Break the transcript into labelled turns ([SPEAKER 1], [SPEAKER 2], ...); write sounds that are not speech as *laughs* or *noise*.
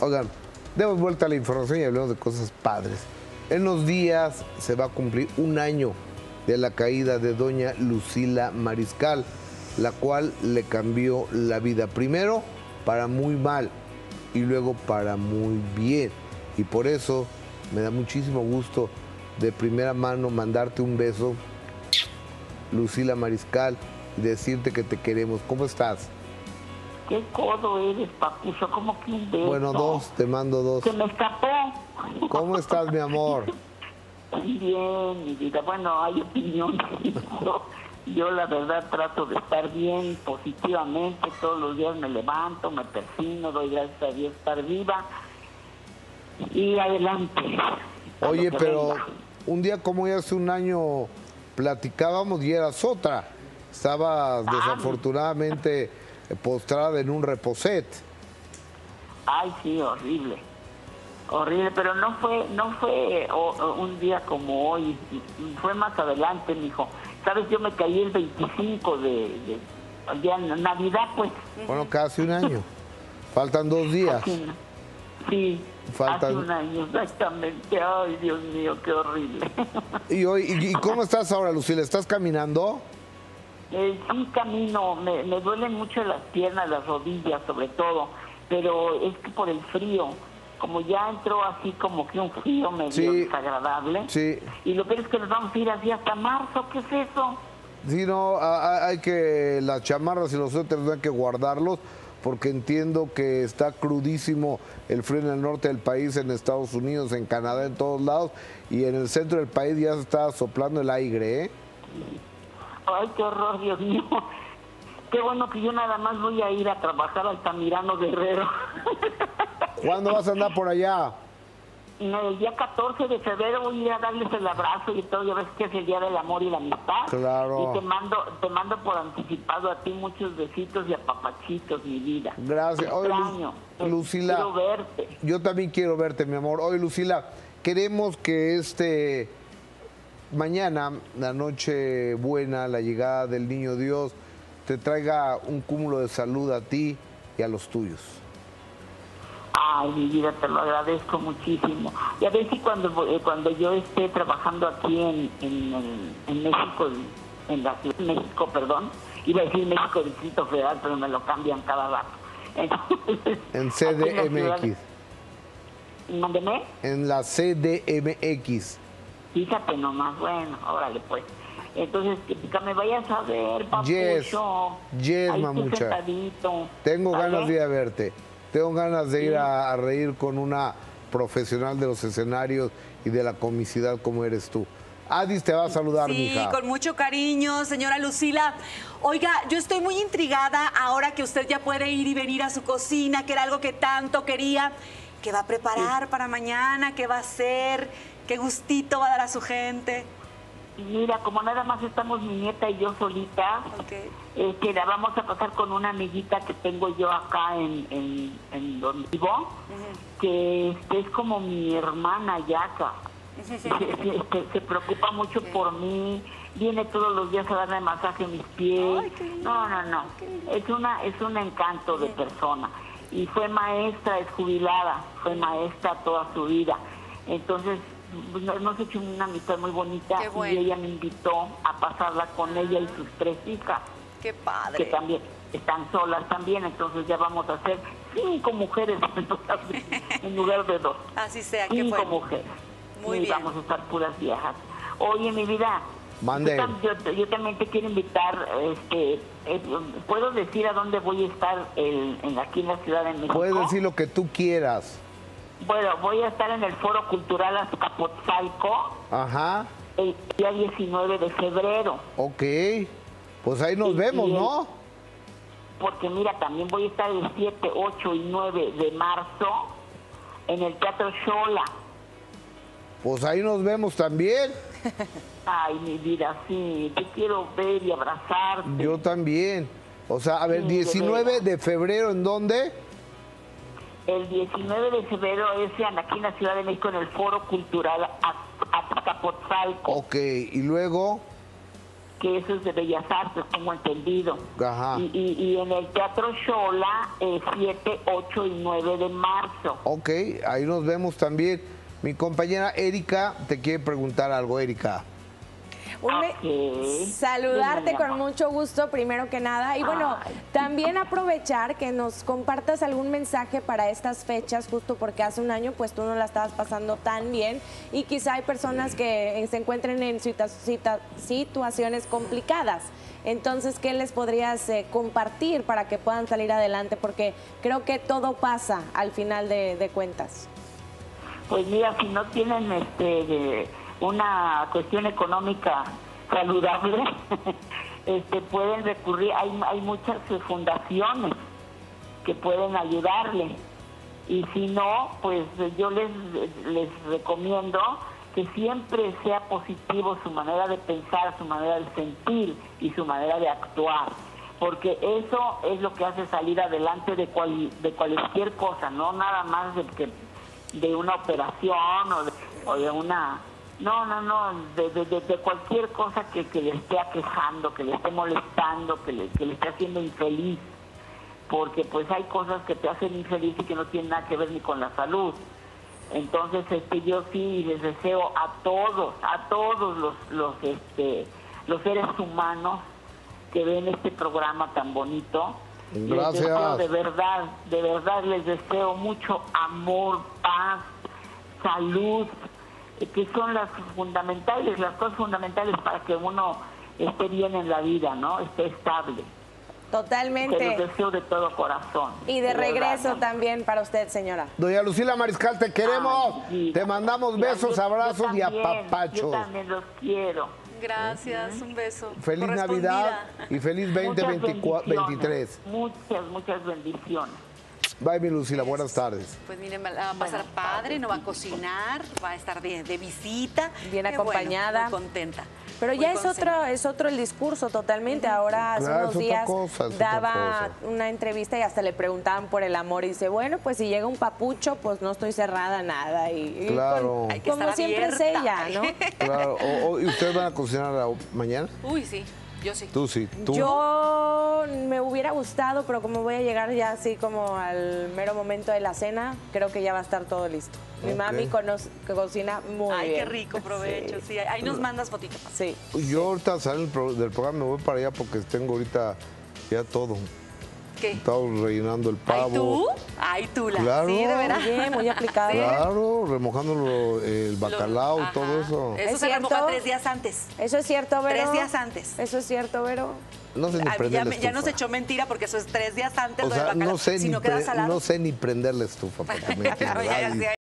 [SPEAKER 1] Oigan, demos vuelta a la información y hablemos de cosas padres. En unos días se va a cumplir un año de la caída de doña Lucila Mariscal, la cual le cambió la vida primero para muy mal y luego para muy bien. Y por eso me da muchísimo gusto de primera mano mandarte un beso, Lucila Mariscal, y decirte que te queremos. ¿Cómo estás?
[SPEAKER 2] ¿Qué codo eres, papucho? ¿Cómo que un beso?
[SPEAKER 1] Bueno, dos, te mando dos.
[SPEAKER 2] Se me escapó.
[SPEAKER 1] ¿Cómo estás, mi amor?
[SPEAKER 2] Bien, mi vida. Bueno, hay opinión. Yo, yo la verdad trato de estar bien positivamente. Todos los días me levanto, me persino, doy gracias a Dios estar viva. Y adelante. a lo
[SPEAKER 1] Oye,
[SPEAKER 2] que
[SPEAKER 1] pero
[SPEAKER 2] venga.
[SPEAKER 1] un día como hoy hace un año platicábamos y eras otra. Estabas desafortunadamente eh, postrada en un reposet.
[SPEAKER 2] Ay, sí, horrible. Horrible, pero no fue no fue o- o un día como hoy, fue más adelante, mijo. Sabes, yo me caí el 25 de, de, de Navidad, pues.
[SPEAKER 1] Bueno, casi un año. Faltan dos días.
[SPEAKER 2] Hace un- sí,
[SPEAKER 1] Faltan-
[SPEAKER 2] hace un año exactamente. Ay, Dios mío, qué horrible. *laughs*
[SPEAKER 1] ¿Y hoy y, y cómo estás ahora, Lucila? ¿Estás caminando?
[SPEAKER 2] Eh, sí, camino, me, me duelen mucho las piernas, las rodillas sobre todo, pero es que por el frío, como ya entró así como que un frío medio
[SPEAKER 1] Sí.
[SPEAKER 2] desagradable,
[SPEAKER 1] Sí.
[SPEAKER 2] y lo peor es que nos vamos a ir así hasta marzo, ¿qué es eso?
[SPEAKER 1] Sí, no, a- a- hay que las chamarras y los suéteres hay que guardarlos porque entiendo que está crudísimo el frío en el norte del país, en Estados Unidos, en Canadá, en todos lados y en el centro del país ya se está soplando el aire, ¿eh?
[SPEAKER 2] Ay, qué horror, Dios mío. *laughs* Qué bueno que yo nada más voy a ir a trabajar al Tamirano Guerrero. *laughs*
[SPEAKER 1] ¿Cuándo vas a andar por allá?
[SPEAKER 2] No, el día 14 de febrero voy a ir a darles el abrazo y todo, ya ves que es el día del amor y la amistad.
[SPEAKER 1] Claro.
[SPEAKER 2] Y te mando, te mando por anticipado a ti muchos besitos y apapachitos, mi vida.
[SPEAKER 1] Gracias.
[SPEAKER 2] Te
[SPEAKER 1] Oye, Lu-
[SPEAKER 2] extraño. Te-
[SPEAKER 1] Lucila.
[SPEAKER 2] Quiero verte.
[SPEAKER 1] Yo también quiero verte, mi amor. Hoy, Lucila, queremos que este mañana, la noche buena, la llegada del niño Dios, te traiga un cúmulo de salud a ti y a los tuyos.
[SPEAKER 2] Ay, mi vida, te lo agradezco muchísimo. Y a ver si cuando, vo- eh, cuando yo esté trabajando aquí en, en, en- en México, en- en la Ciudad de México, perdón, iba a decir México Distrito Federal, pero me lo cambian cada rato. Entonces,
[SPEAKER 1] En
[SPEAKER 2] aquí en la ciudad-
[SPEAKER 1] CDMX.
[SPEAKER 2] Mándeme.
[SPEAKER 1] En la CDMX.
[SPEAKER 2] Fíjate nomás, bueno, órale pues. Entonces, que que me vayas a ver, papucho.
[SPEAKER 1] Yes, yes,
[SPEAKER 2] Ahí tú
[SPEAKER 1] mamucha.
[SPEAKER 2] sentadito,
[SPEAKER 1] Tengo
[SPEAKER 2] ¿vale?
[SPEAKER 1] ganas de ir a verte. Tengo ganas de ir a, a reír con una profesional de los escenarios y de la comicidad como eres tú. Adis te va a saludar,
[SPEAKER 3] Sí,
[SPEAKER 1] mija.
[SPEAKER 3] con mucho cariño, señora Lucila. Oiga, yo estoy muy intrigada ahora que usted ya puede ir y venir a su cocina, que era algo que tanto quería. ¿Qué va a preparar para mañana? ¿Qué va a hacer? ¿Qué gustito va a dar a su gente?
[SPEAKER 2] Y mira, como nada más estamos mi nieta y yo solita,
[SPEAKER 3] Ok.
[SPEAKER 2] eh, que la vamos a pasar con una amiguita que tengo yo acá en, en, en donde vivo, que este, es como mi hermana Yaka. Se, *laughs* se- se preocupa mucho por mí, viene todos los días a darme masaje en mis pies.
[SPEAKER 3] Ay, qué lindo,
[SPEAKER 2] no, no, no.
[SPEAKER 3] qué lindo.
[SPEAKER 2] Es una es un encanto de persona. Y fue maestra, es jubilada, fue maestra toda su vida. Entonces, no- hemos hecho una amistad muy bonita
[SPEAKER 3] Qué bueno. Ah.
[SPEAKER 2] y ella me invitó a pasarla con ella y sus tres hijas
[SPEAKER 3] Qué
[SPEAKER 2] que
[SPEAKER 3] padre.
[SPEAKER 2] también están solas también, entonces ya vamos a ser cinco mujeres *laughs* en lugar de, en lugar de
[SPEAKER 3] *laughs*
[SPEAKER 2] dos.
[SPEAKER 3] Así sea, qué
[SPEAKER 2] Cinco
[SPEAKER 3] bueno.
[SPEAKER 2] mujeres.
[SPEAKER 3] Muy
[SPEAKER 2] y
[SPEAKER 3] bien.
[SPEAKER 2] vamos a estar puras viejas. Oye, mi vida.
[SPEAKER 1] Mande.
[SPEAKER 2] Yo, tam- yo- yo también te quiero invitar, este, eh, ¿puedo decir a dónde voy a estar el- en, aquí en la Ciudad de México?
[SPEAKER 1] Puedes decir lo que tú quieras.
[SPEAKER 2] Bueno, voy a estar en el Foro Cultural Azcapotzalco
[SPEAKER 1] Ajá,
[SPEAKER 2] el día 19 de febrero.
[SPEAKER 1] ok. Pues ahí nos
[SPEAKER 2] Y-
[SPEAKER 1] vemos,
[SPEAKER 2] y el-
[SPEAKER 1] ¿no?
[SPEAKER 2] porque mira, también voy a estar el 7, 8 y 9 de marzo en el Teatro Shola.
[SPEAKER 1] Pues ahí nos vemos también.
[SPEAKER 2] Ay, mi vida, sí, te quiero ver y abrazarte.
[SPEAKER 1] Yo también. O sea, a ver,
[SPEAKER 2] Sí, de
[SPEAKER 1] 19
[SPEAKER 2] veras.
[SPEAKER 1] de febrero, ¿en dónde?
[SPEAKER 2] El 19 de febrero es en- aquí en la Ciudad de México en el Foro Cultural A- Azcapotzalco.
[SPEAKER 1] Ok, y luego,
[SPEAKER 2] que eso es de Bellas Artes, tengo entendido.
[SPEAKER 1] Ajá.
[SPEAKER 2] Y, y- y en el Teatro Shola, eh, 7, 8 y 9 de marzo.
[SPEAKER 1] Ok, ahí nos vemos también. Mi compañera Erika te quiere preguntar algo, Erika.
[SPEAKER 4] Un be-
[SPEAKER 2] Ah, Ok.
[SPEAKER 4] Saludarte
[SPEAKER 2] Dime, mi
[SPEAKER 4] con
[SPEAKER 2] amor.
[SPEAKER 4] mucho gusto, primero que nada. Y bueno,
[SPEAKER 2] Ay.
[SPEAKER 4] también aprovechar que nos compartas algún mensaje para estas fechas, justo porque hace un año pues tú no la estabas pasando tan bien y quizá hay personas que eh, se encuentren en situa- situa- situaciones complicadas. Entonces, ¿qué les podrías eh, compartir para que puedan salir adelante? Porque creo que todo pasa al final de- de cuentas.
[SPEAKER 2] Pues mira, si no tienen este de- una cuestión económica saludable, *laughs* este pueden recurrir, hay, hay muchas eh, fundaciones que pueden ayudarle. Y si no, pues eh, yo les, les recomiendo que siempre sea positivo su manera de pensar, su manera de sentir y su manera de actuar. Porque eso es lo que hace salir adelante de, cual- de cualquier cosa, no nada más de, que, de una operación o de, o de una... No, no, no, de, de- de- de cualquier cosa que, que le esté aquejando, que le esté molestando, que le, que le esté haciendo infeliz porque pues hay cosas que te hacen infeliz y que no tienen nada que ver ni con la salud. Entonces, este, yo sí les deseo a todos, a todos los, los, este, los seres humanos que ven este programa tan bonito. les
[SPEAKER 1] Gracias.
[SPEAKER 2] deseo de verdad, de verdad les deseo mucho amor, paz, salud, eh, que son las fundamentales, las cosas fundamentales para que uno esté bien en la vida, ¿no? Esté estable.
[SPEAKER 4] Totalmente.
[SPEAKER 2] Te los deseo de todo corazón.
[SPEAKER 4] Y de regreso
[SPEAKER 2] verdad,
[SPEAKER 4] también para usted, señora.
[SPEAKER 1] Doña Lucila Mariscal, te queremos.
[SPEAKER 2] Ay, sí.
[SPEAKER 1] Te mandamos
[SPEAKER 2] Mira,
[SPEAKER 1] besos,
[SPEAKER 2] yo-
[SPEAKER 1] abrazos
[SPEAKER 2] yo
[SPEAKER 1] y
[SPEAKER 2] también, Yo
[SPEAKER 1] apapachos.
[SPEAKER 2] también los quiero.
[SPEAKER 3] Gracias, un beso.
[SPEAKER 1] Feliz Navidad
[SPEAKER 3] Correspondida.
[SPEAKER 1] y feliz
[SPEAKER 2] Muchas
[SPEAKER 1] 2023.
[SPEAKER 2] bendiciones, Muchas, muchas bendiciones.
[SPEAKER 1] Bye, mi Lucila, buenas tardes.
[SPEAKER 3] Pues miren, va- la va a pasar padre, no va a cocinar, va a estar de, de visita.
[SPEAKER 4] Bien
[SPEAKER 3] Qué bueno,
[SPEAKER 4] acompañada.
[SPEAKER 3] muy contenta.
[SPEAKER 4] Pero
[SPEAKER 3] muy
[SPEAKER 4] ya es
[SPEAKER 3] consentida.
[SPEAKER 4] otro, es otro el discurso totalmente. Ahora hace
[SPEAKER 1] Claro, es
[SPEAKER 4] unos
[SPEAKER 1] otra
[SPEAKER 4] días
[SPEAKER 1] cosa, es otra
[SPEAKER 4] daba
[SPEAKER 1] cosa.
[SPEAKER 4] una entrevista y hasta le preguntaban por el amor. Y dice, bueno, pues si llega un papucho, pues no estoy cerrada a nada. Y, y
[SPEAKER 1] Claro.
[SPEAKER 4] con-
[SPEAKER 1] Hay
[SPEAKER 3] que
[SPEAKER 4] como
[SPEAKER 3] estar
[SPEAKER 4] siempre es
[SPEAKER 3] abierta.
[SPEAKER 4] ella, ¿no?
[SPEAKER 3] *laughs*
[SPEAKER 1] Claro, o- o- ¿y ustedes van a cocinar la- mañana?
[SPEAKER 3] Uy, sí, yo sí.
[SPEAKER 1] Tú sí, tú.
[SPEAKER 4] Yo me hubiera gustado, pero como voy a llegar ya así como al mero momento de la cena, creo que ya va a estar todo listo. Mi
[SPEAKER 1] Ok.
[SPEAKER 4] mami conoce- cocina muy
[SPEAKER 3] Ay,
[SPEAKER 4] bien.
[SPEAKER 3] qué rico, provecho. Sí, ahí nos mandas fotitos.
[SPEAKER 4] Sí.
[SPEAKER 1] Yo ahorita salgo del pro- del programa, me voy para allá porque tengo ahorita ya todo.
[SPEAKER 3] ¿Qué?
[SPEAKER 1] Estamos rellenando el
[SPEAKER 3] ¿Ay tú?
[SPEAKER 1] pavo.
[SPEAKER 3] Ay tú, la
[SPEAKER 1] Claro.
[SPEAKER 3] sí, de veras.
[SPEAKER 4] Muy bien, muy aplicado.
[SPEAKER 1] Claro, remojando el bacalao y
[SPEAKER 3] Ajá.
[SPEAKER 1] todo eso.
[SPEAKER 3] Eso
[SPEAKER 4] ¿Es
[SPEAKER 3] se remoja
[SPEAKER 4] cierto?
[SPEAKER 3] tres días antes.
[SPEAKER 4] Eso es cierto, Vero.
[SPEAKER 3] Tres días antes.
[SPEAKER 4] Eso es cierto, Vero.
[SPEAKER 1] No sé ni
[SPEAKER 3] Ah,
[SPEAKER 1] prender
[SPEAKER 3] ya,
[SPEAKER 1] la
[SPEAKER 3] me- ya nos
[SPEAKER 1] estufa.
[SPEAKER 3] echó mentira porque eso es tres días antes.
[SPEAKER 1] O
[SPEAKER 3] lo del
[SPEAKER 1] sea, no
[SPEAKER 3] bacalao.
[SPEAKER 1] sé,
[SPEAKER 3] si
[SPEAKER 1] ni
[SPEAKER 3] no queda
[SPEAKER 1] pre-
[SPEAKER 3] salado. *laughs*
[SPEAKER 1] no sé ni prender la estufa. porque me
[SPEAKER 3] Ya, ya,
[SPEAKER 1] Ay,
[SPEAKER 3] ya.